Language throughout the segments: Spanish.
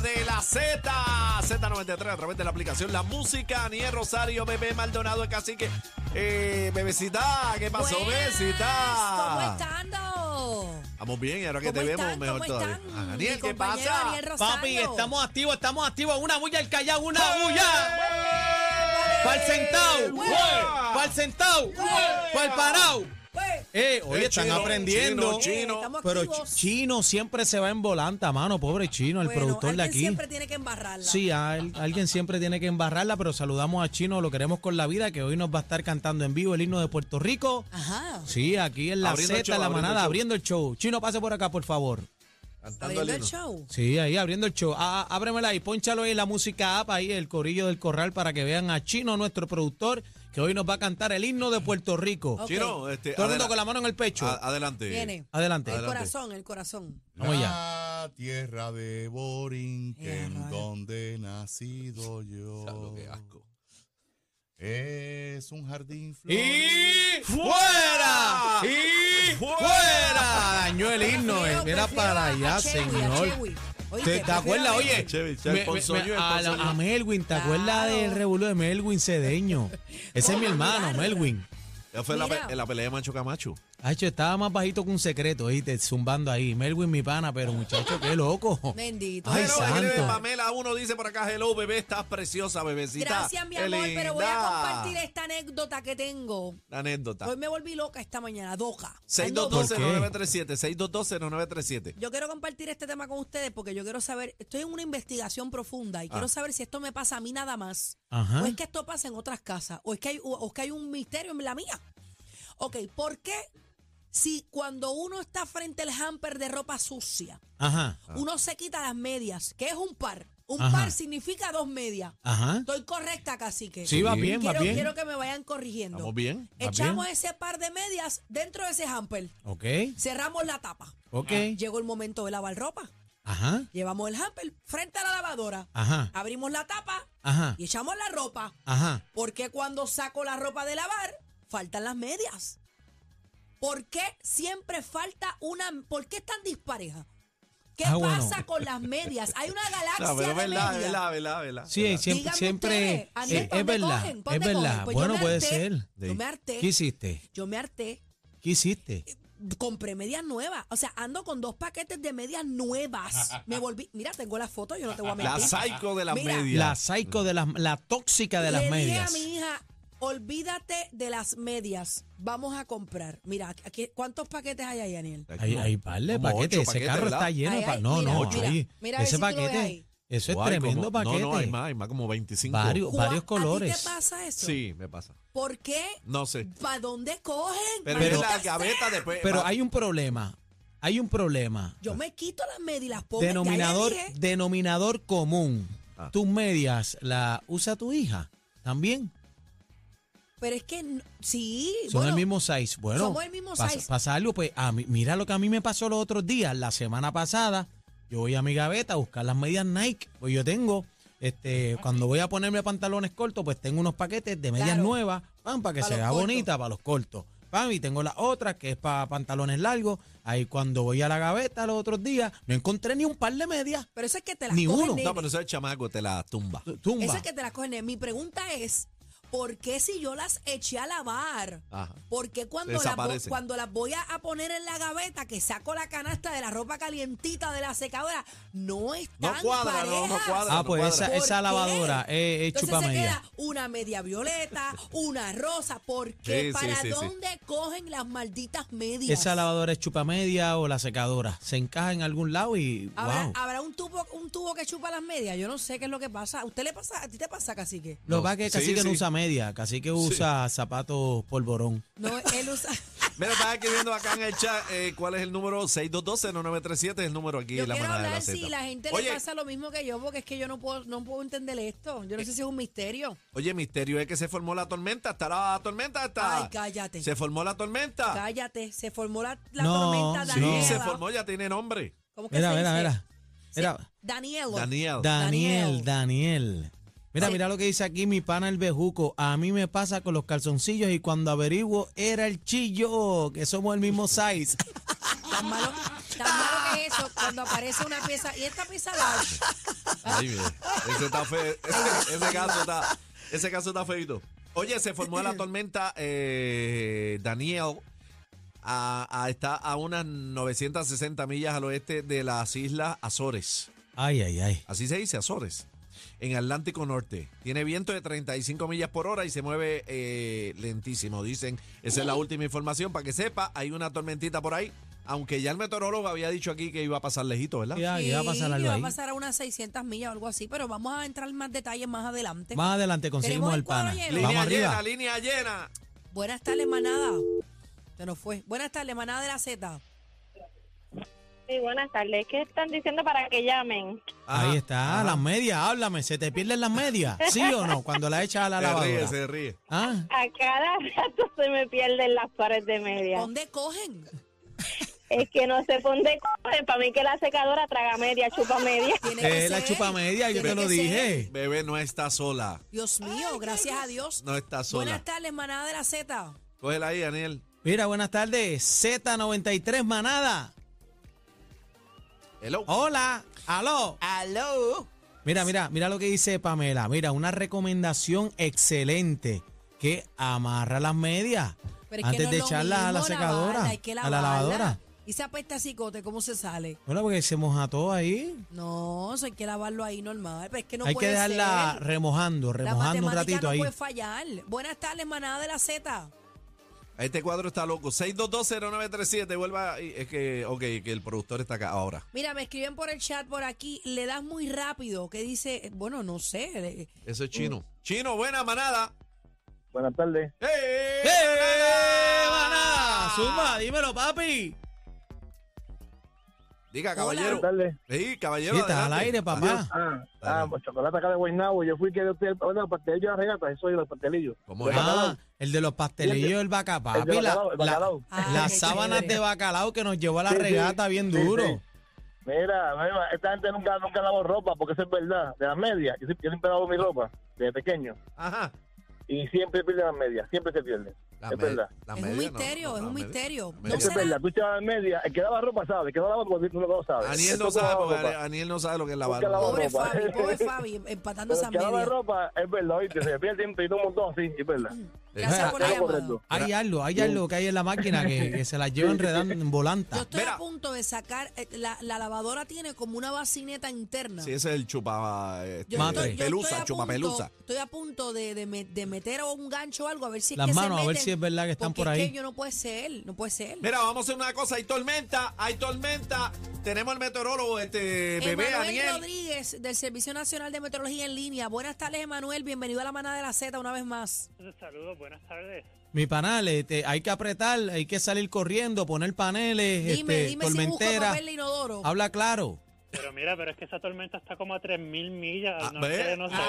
de la Z, Z93 a través de la aplicación La Música, Aniel Rosario, Bebé Maldonado, Cacique. Eh, bebecita, ¿qué pasó, Buenas, Pues, ¿Cómo bebecita? están? do? Estamos bien, y ahora que ¿Cómo te vemos están? mejor ¿Cómo todavía. están? Ah, Mi Aniel, ¿qué compañero pasa? Aniel Rosario. Papi, estamos activos, estamos activos. Una bulla al callao, una bulla. ¡Bulla! ¿Cuál sentado? ¡Buey! ¿Cuál sentado? ¿Cuál parado? Pues, Eh, Eh, oye, están chino, aprendiendo. chino, chino. Estamos Pero activos. Chi- Chino siempre se va en volanta, mano. Pobre Chino, el bueno, productor de alguien aquí. siempre tiene que embarrarla. Sí, al- alguien siempre tiene que embarrarla, pero saludamos a Chino, lo queremos con la vida, que hoy nos va a estar cantando en vivo el himno de Puerto Rico. Ajá. Sí, aquí en la Abriendo el Z, show, la abriendo el manada, show. abriendo el show. Chino, pase por acá, por favor. Cantando Abriendo el el himno. show. Sí, ahí abriendo el show. Ah, ah, ábremela ahí, ponchalo ahí la música app, ahí el corillo del corral para que vean a Chino, nuestro productor, que hoy nos va a cantar el himno de Puerto Rico. Ok. Chino, este, Todo el mundo adela- con la mano en el pecho. a- adelante. Viene. Adelante. El Adelante. corazón, el corazón. Vamos La tierra de Borinquen, Eh, raro. donde he nacido yo. Diablo, qué asco. Es un jardín Y fuera, y fuera. Dañó el himno, eh. Prefiero- mira prefiero para a- a allá, Chewy, a señor. Chewy. Oíste, ¿Te, te prefiero acuerdas? a Oye, Chewy. Chewy, el ponzoño, el a, la- ponzoño. a Melwin, ¿te acuerdas Claro. del revuelo de Melwin Cedeño? Ese es mi hermano, Claro. Melwin. Ya fue la, Mira. pe- la pelea de Mancho Camacho. Hacho, estaba más bajito que un secreto, te zumbando ahí. Melwin, mi pana, pero muchacho, qué loco. Bendito. Ay, Hello, santo. escribe Pamela uno dice por acá, hello, bebé, estás preciosa, bebecita. Gracias, mi Qué amor, pero voy a linda. compartir esta anécdota que tengo. La anécdota. Hoy me volví loca esta mañana, doca. Ando doca. 622-0937, 622-0937. Yo quiero compartir este tema con ustedes porque yo quiero saber, estoy en una investigación profunda y quiero saber si esto me pasa a mí nada más. Ah. Ajá. O es que esto pasa en otras casas. O es que hay, o, o es que hay un misterio en la mía. Ok, ¿por qué si cuando uno está frente al hamper de ropa sucia, Ajá, uno se quita las medias, que es un par? Un Ah. Ajá. par significa dos medias. ajá. Estoy correcta, cacique. Sí, va bien, va quiero, bien. quiero que me vayan corrigiendo. ¿Estamos bien? ¿Vas Echamos ese par de medias dentro de ese hamper. Ok, Cerramos la tapa. ok. Llegó el momento de lavar ropa. Ajá, Llevamos el hamper frente a la lavadora. ajá, Abrimos la tapa ajá, y echamos la ropa. ajá. Porque cuando saco la ropa de lavar, faltan las medias. ¿Por qué siempre falta una? ¿Por qué es tan dispareja? ¿Qué Ah, bueno. pasa con las medias? Hay una galaxia No, pero de verdad, medias. verdad, verdad, verdad. Sí, verdad. siempre, Díganme siempre ustedes, Aniel, eh, ¿pa' es dónde verdad, cogen? ¿Pa' es dónde verdad. cogen? Pues yo bueno, me puede harté. ser. Yo me harté. ¿Qué hiciste? Yo me harté. ¿Qué hiciste? Compré medias nuevas. O sea, ando con dos paquetes de medias nuevas. Me volví. Mira, tengo la foto, yo no te voy a mentir. La psycho de las Mira, medias. La psycho de las, la tóxica de las Le medias. dije a mi hija, olvídate de las medias, vamos a comprar. Mira, aquí- ¿cuántos paquetes hay ahí, Daniel? Psycho. Hay, hay par de Como ocho paquetes. Ese carro ¿verdad? está lleno. de Ay, pa- ay, no, mira, no, mira, ahí. mira a ver Ese si tú lo ves paquete. ahí. Eso es Guay, como- tremendo paquete. No, no, hay más, hay más, como 25. Varios. Cua- varios ¿A ti colores. te pasa eso? Sí, me pasa. ¿Por qué? No sé. ¿Para dónde cogen? Pero, Pero- en la Maldita sea. gaveta después. Pero va- hay un problema. Hay un problema. Yo me quito las medias y las pongo. Denominador, Ya le dije, denominador común. Ah. Tus medias la usa tu hija también. pero es que n- sí. Son bueno, el mismo size. Bueno, somos el mismo pasa, size. pasa algo, pues a mí- mira lo que a mí me pasó los otros días. La semana pasada, yo voy a mi gaveta a buscar las medias Nike. Pues yo tengo, este, cuando voy a ponerme pantalones cortos, pues tengo unos paquetes de medias Claro. nuevas, pam, para que Pa' se los vea cortos. bonita para los cortos. Pam, y tengo las otras que es para pantalones largos. Ahí cuando voy a la gaveta los otros días, no encontré ni un par de medias. Pero eso es que te las Ni cogen, uno. nene. No, pero eso es chamaco, te la tumba. T- Tumba. Eso es que te las cogen. nene. Mi pregunta es, ¿por qué si yo las eché a lavar? Ajá. Porque cuando las, vo- Desaparecen. cuando las voy a, a poner en la gaveta, que saco la canasta de la ropa calientita de la secadora, no están No cuadra, no, parejas. no cuadra. Ah, pues cuadra. esa- ¿Por qué? lavadora es- es Entonces chupa se media. queda una media violeta, una rosa. ¿Por qué? Sí, sí, ¿Para sí, sí. dónde cogen las malditas medias? Esa lavadora es chupa media o la secadora. Se encaja en algún lado y. ¿Habrá, wow. habrá un tubo un tubo que chupa las medias? Yo no sé qué es lo que pasa. ¿A usted le pasa? ¿A ti te pasa, cacique? Lo que No, pasa es que sí, casi que no sí. usa media, casi que usa zapatos polvorón. No, él usa... Mira, estás escribiendo acá en el chat eh, cuál es el número 622-0937, es el número aquí Yo en la quiero manada de hablar la Z. si la gente oye, le pasa lo mismo que yo, porque es que yo no puedo, no puedo entender esto. Yo no sé si es un misterio. oye, misterio es que se formó la tormenta, está la tormenta, está. Ay, cállate. Se formó la tormenta. Cállate, se formó la, la No, tormenta sí, Daniela. Se formó, ya tiene nombre. ¿Cómo que Mira, se mira, dice? mira. Se- Mira, Daniel. Daniel. Daniel, Daniel. Daniel. Mira, Sí. mira lo que dice aquí mi pana el bejuco. A mí me pasa con los calzoncillos y cuando averiguo era el chillo, que somos el mismo size. Tan malo, tan malo que es eso cuando aparece una pieza. Y esta pieza large. Ahí viene. Ese está fe- Ese, ese caso está. Ese caso está feito. Oye, se formó la tormenta eh, Daniel. a- a- está a unas 960 millas al oeste de las islas Azores. Ay, ay, ay. Así se dice, Azores. En Atlántico Norte. Tiene viento de 35 millas por hora y se mueve eh, lentísimo, dicen. Esa es la última información. Para que sepa, hay una tormentita por ahí. Aunque ya el meteorólogo había dicho aquí que iba a pasar lejito, ¿verdad? Ya, ya va a pasar Sí, algo va a ahí. pasar a unas 600 millas o algo así, pero vamos a entrar en más detalles más adelante. Más adelante conseguimos el al pana. cuadro lleno. Línea Vamos llena, arriba. línea llena. Buenas tardes, manada. Se nos fue. Buenas tardes, manada de la Z. Sí, buenas tardes. ¿Qué están diciendo para que llamen? Ajá, Ahí está, ajá. las medias, háblame, ¿se te pierden las medias? ¿Sí o no? Cuando la echas a la Se lavadora. ríe, se ríe. Ah, A cada rato se me pierden las pares de media. ¿Dónde cogen? Ah, Es que no sé por dónde cogen. Para mí que la secadora traga media, chupa media. Tiene que eh, la ser. chupa media, yo Tiene te lo que ser. dije. Bebé no está sola. Dios mío, gracias a Dios. No está sola. Buenas tardes, manada de la Z. Cógela ahí, Daniel. Mira, buenas tardes, Z93 Manada. Oh. Hello. Hola, aló. Aló. Mira, mira, mira lo que dice Pamela. Mira, una recomendación excelente que amarra las medias Pero es antes que no de es lo echarlas a la mismo secadora, lavarla, hay que a la lavarla. lavadora. Y se apesta cicote, ¿cómo se sale? Bueno, porque se moja todo ahí. No, eso hay que lavarlo ahí normal. Pero es que no Hay que puede dejarla ser. remojando, La remojando un matemática ratito no ahí. puede fallar. Buenas tardes, manada de la Z. Este cuadro está loco. 6220937. Vuelva. ahí. Es que, ok, que el productor está acá ahora. Mira, me escriben por el chat por aquí, le das muy rápido, que dice, bueno, no sé, le- Eso es chino. Mm. Chino, buena manada. Buenas tardes. ¡Eh! ¡Eh, ¡Eh, manada! Zumba, dímelo, papi. Diga, Hola. caballero. Buenas tardes. Sí, caballero. Sí, estás al adelante. aire, papá. Ah, Dale. ah, pues, chocolate acá de Guaynabo. Yo fui que dio usted, bueno, pastelillo de regata, pues, eso y los pastelillos. ¿Cómo es? Ah, el de los pastelillos, el El de bacapapi, la- bacalao, el la- bacalao. Ay, las Ah, qué sábanas chévere. de bacalao que nos llevó a la Sí, sí. regata bien Sí, duro. sí. Mira, mira, esta gente nunca, nunca lavó ropa, porque eso es verdad, de las medias. Yo, siempre- yo siempre lavo mi ropa, desde pequeño. Ajá. Y siempre pierde las medias, siempre se pierde. La Es me- verdad. la es un media, no, misterio, no, es la un media. misterio. la No media. Eso es será- verdad, tú echabas las medias, el que lava ropa sabe, el que no lava ropa no lo sabe. Daniel Esto no sabe, lava porque ropa. Daniel no sabe lo que es lavar. Nunca lavó ropa. Pobre ropa. Fabi, pobre Fabi, empatando Pero esa el que lava media. ropa es verdad, oíste, se pierde siempre y todo un montón así, es verdad. Gracias Ah, por la Es lo llamada. correcto. Hay algo, hay algo que hay en la máquina que, que se las lleva enredando en Yo volanta. estoy Mira. a punto de sacar, eh, la, la lavadora tiene como una bacineta interna. Sí, ese es el chupa. este, Mate. estoy- estoy pelusa, a chupa punto- pelusa. Estoy a punto de, de me- de meter un gancho o algo, a ver si es Las que se manos, a ver meten, si es verdad que están porque por es ahí. que yo no puede ser, no puede ser. Mira, vamos a hacer una cosa. Hay tormenta, hay tormenta. Tenemos el meteorólogo, eh, este bebé Emanuel Daniel. Rodríguez, del Servicio Nacional de Meteorología en Línea. Buenas tardes, Emanuel. Bienvenido a la manada de la Z una vez más. Saludos, buenas tardes. Mi panal, este, hay que apretar, hay que salir corriendo, poner paneles, Dime, este, dime si busco tormentera. papel de inodoro. Habla claro. Pero mira, pero es que esa tormenta está como a 3.000 millas Ah, al ve. norte de nosotros.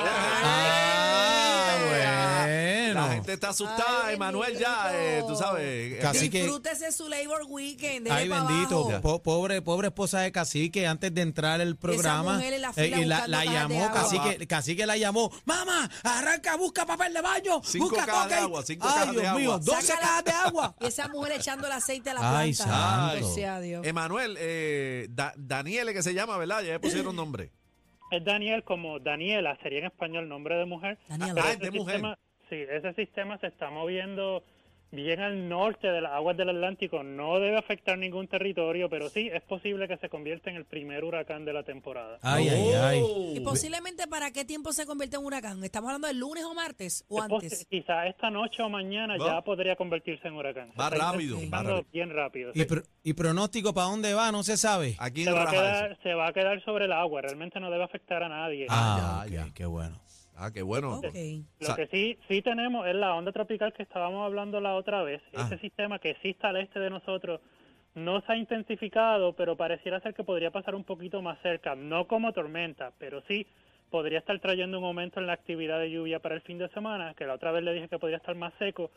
Ah, bueno. La gente está asustada, Ay, Emanuel bendito. ya, eh, tú sabes. Casi- así que- Disfrútese su Labor Weekend. dele Ay, pa' bendito. abajo. po- pobre, pobre esposa de Cacique, antes de entrar el programa. eh, mujer en la fila y la, buscando la cajas de llamó, agua. Cacique, Cacique la llamó. Mamá, arranca, busca papel de baño. Cinco busca cajas de coca y-". agua, cinco Ay, cajas de Dios agua. mío, 12 Saca la- cajas de agua. Y esa mujer echando el aceite a la planta. Ay, santo. Bendito sea Dios. Emanuel, eh, Da- Daniel es que se llama, ¿verdad? Ya le pusieron nombre. Es Daniel como Daniela, sería en español nombre de mujer. Daniela. Pero Ah, ese es de mujer. sistema- Sí, ese sistema se está moviendo bien al norte de las aguas del Atlántico. No debe afectar ningún territorio, pero sí es posible que se convierta en el primer huracán de la temporada. Ay, ay, Oh. ay. Y posiblemente para qué tiempo se convierte en huracán. ¿Estamos hablando del lunes o martes o Es posi- antes? Quizá esta noche o mañana Va. ya podría convertirse en huracán. Se Va está rápido, va intentando rápido. bien rápido. Y, sí. pro- y pronóstico para dónde va, no se sabe. Aquí se en va, a Raja. eso. quedar, se va a quedar sobre el agua, realmente no debe afectar a nadie. Ah, Ah, ya, ok, ya. qué bueno. Ah, qué bueno. Ok. O Lo sea, que sí, sí tenemos es la onda tropical que estábamos hablando la otra vez. Ah. Ese sistema que existe al este de nosotros no se ha intensificado, pero pareciera ser que podría pasar un poquito más cerca. No como tormenta, pero sí podría estar trayendo un aumento en la actividad de lluvia para el fin de semana, que la otra vez le dije que podría estar más seco,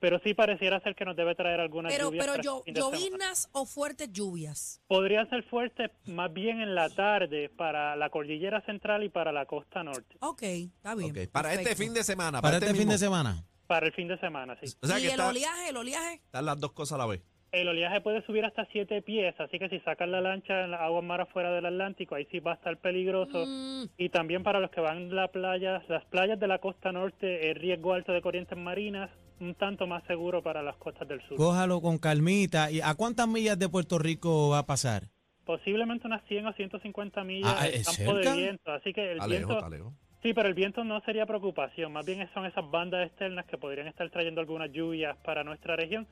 pero sí pareciera ser que nos debe traer alguna Pero, lluvia. pero para el yo, fin de semana. lloviznas o fuertes lluvias. Podría ser fuerte más bien en la tarde para la cordillera central y para la costa norte. Ok, está bien. ok, Para este fin de semana. Para este fin de mismo. semana. Para el fin de semana, sí. O sea ¿Y que el está- oleaje, el oleaje? están las dos cosas a la vez. El oleaje puede subir hasta 7 pies, así que si sacan la lancha en las aguas mar afuera del Atlántico, ahí sí va a estar peligroso. Mm, Y también para los que van la playa, las playas de la costa norte, el riesgo alto de corrientes marinas, un tanto más seguro para las costas del sur. Cójalo con calmita. ¿Y a cuántas millas de Puerto Rico va a pasar? Posiblemente unas 100 o 150 millas Ah, en ¿es campo cerca? Ah, de viento, así que el Está lejos, viento... está lejos. Sí, pero el viento no sería preocupación, más bien son esas bandas externas que podrían estar trayendo algunas lluvias para nuestra región.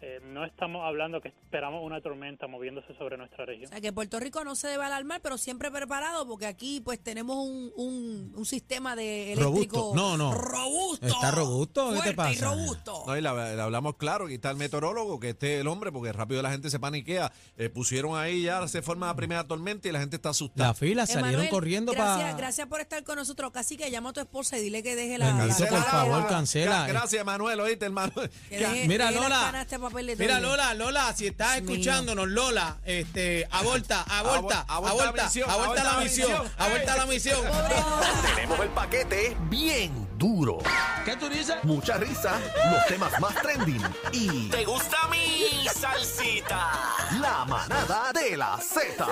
Eh, no estamos hablando que esperamos una tormenta moviéndose sobre nuestra O región. sea que Puerto Rico no se debe alarmar, pero siempre preparado, porque aquí pues tenemos un, un- un sistema de eléctrico Robusto. No, no. robusto. Está robusto, ¿qué fuerte te y pasa? robusto. No, y la- le hablamos claro, que está el meteorólogo, que esté el hombre, porque rápido la gente se paniquea. Eh, pusieron ahí ya, se forma la primera tormenta y la gente está asustada. La fila salieron Emanuel, corriendo gracias, para. gracias por estar con nosotros. Casi que llama a tu esposa y dile que deje la. Bendito, la- por la- favor, la- cancela. Gra- Gracias, Manuel, oíste, hermano. que deje- Mira, deje las Lola. canas de este papel de Mira, toalla. Lola, Lola, si estás Dios mío. escuchándonos, Lola, este, aborta, aborta, Abor- aborta la aborta, misión, aborta la misión, aborta la misión. Pobre Lola. Tenemos el paquete bien duro. ¿Qué tú dices? Mucha risa, los temas más trending y... ¿Te gusta mi salsita? La manada de la Z.